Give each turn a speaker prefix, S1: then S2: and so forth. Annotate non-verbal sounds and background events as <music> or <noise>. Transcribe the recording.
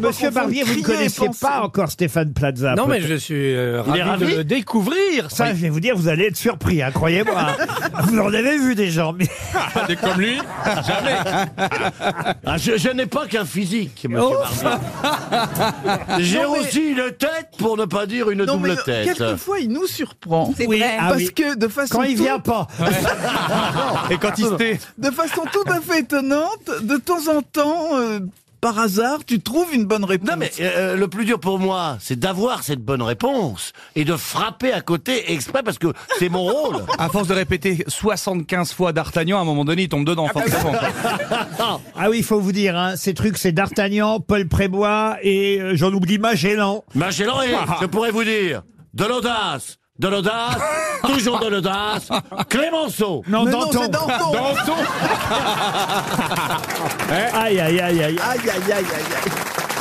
S1: Monsieur Barbier, vous ne connaissez pas encore Stéphane Plaza.
S2: Non, mais
S1: peut-être.
S2: je suis euh,
S1: Il
S2: ravi,
S1: est
S2: de
S1: ravi
S2: le découvrir.
S1: Ça, je vais vous dire, vous allez être surpris, hein, croyez-moi. vous en avez vu des gens, mais...
S3: Des comme lui Jamais
S4: Ah, je je n'ai pas qu'un physique,
S5: Oh,
S4: monsieur Barbier. J'ai
S5: <laughs> Non, mais-
S4: aussi une tête, pour ne pas dire une
S5: Non, mais euh,
S4: double tête.
S5: quelquefois, il nous surprend.
S6: C'est
S1: Oui,
S6: vrai.
S1: ah
S5: parce
S1: oui.
S5: que de façon,
S1: Quand il
S5: tout-
S1: vient pas.
S3: Et quand il se tait
S5: de façon tout à fait étonnante, de temps en temps, euh, par hasard, tu trouves une bonne réponse.
S4: Non, mais euh, le plus dur pour moi, c'est d'avoir cette bonne réponse et de frapper à côté exprès parce que c'est mon
S5: <laughs>
S4: rôle.
S3: À force de répéter 75 fois d'Artagnan, à un moment donné, il tombe dedans, forcément.
S1: Ah oui, il faut vous dire, hein, ces trucs, c'est D'Artagnan, Paul Prébois et euh, j'en oublie Magellan.
S4: Magellan, et je pourrais vous dire de l'audace, de
S5: <laughs>
S4: l'audace, toujours de l'audace, Clémenceau.
S1: Non,
S5: Mais non,
S1: Danton.
S5: c'est Danton.
S1: Aïe, aïe, aïe, aïe.
S5: Aïe, aïe, aïe, aïe, aïe.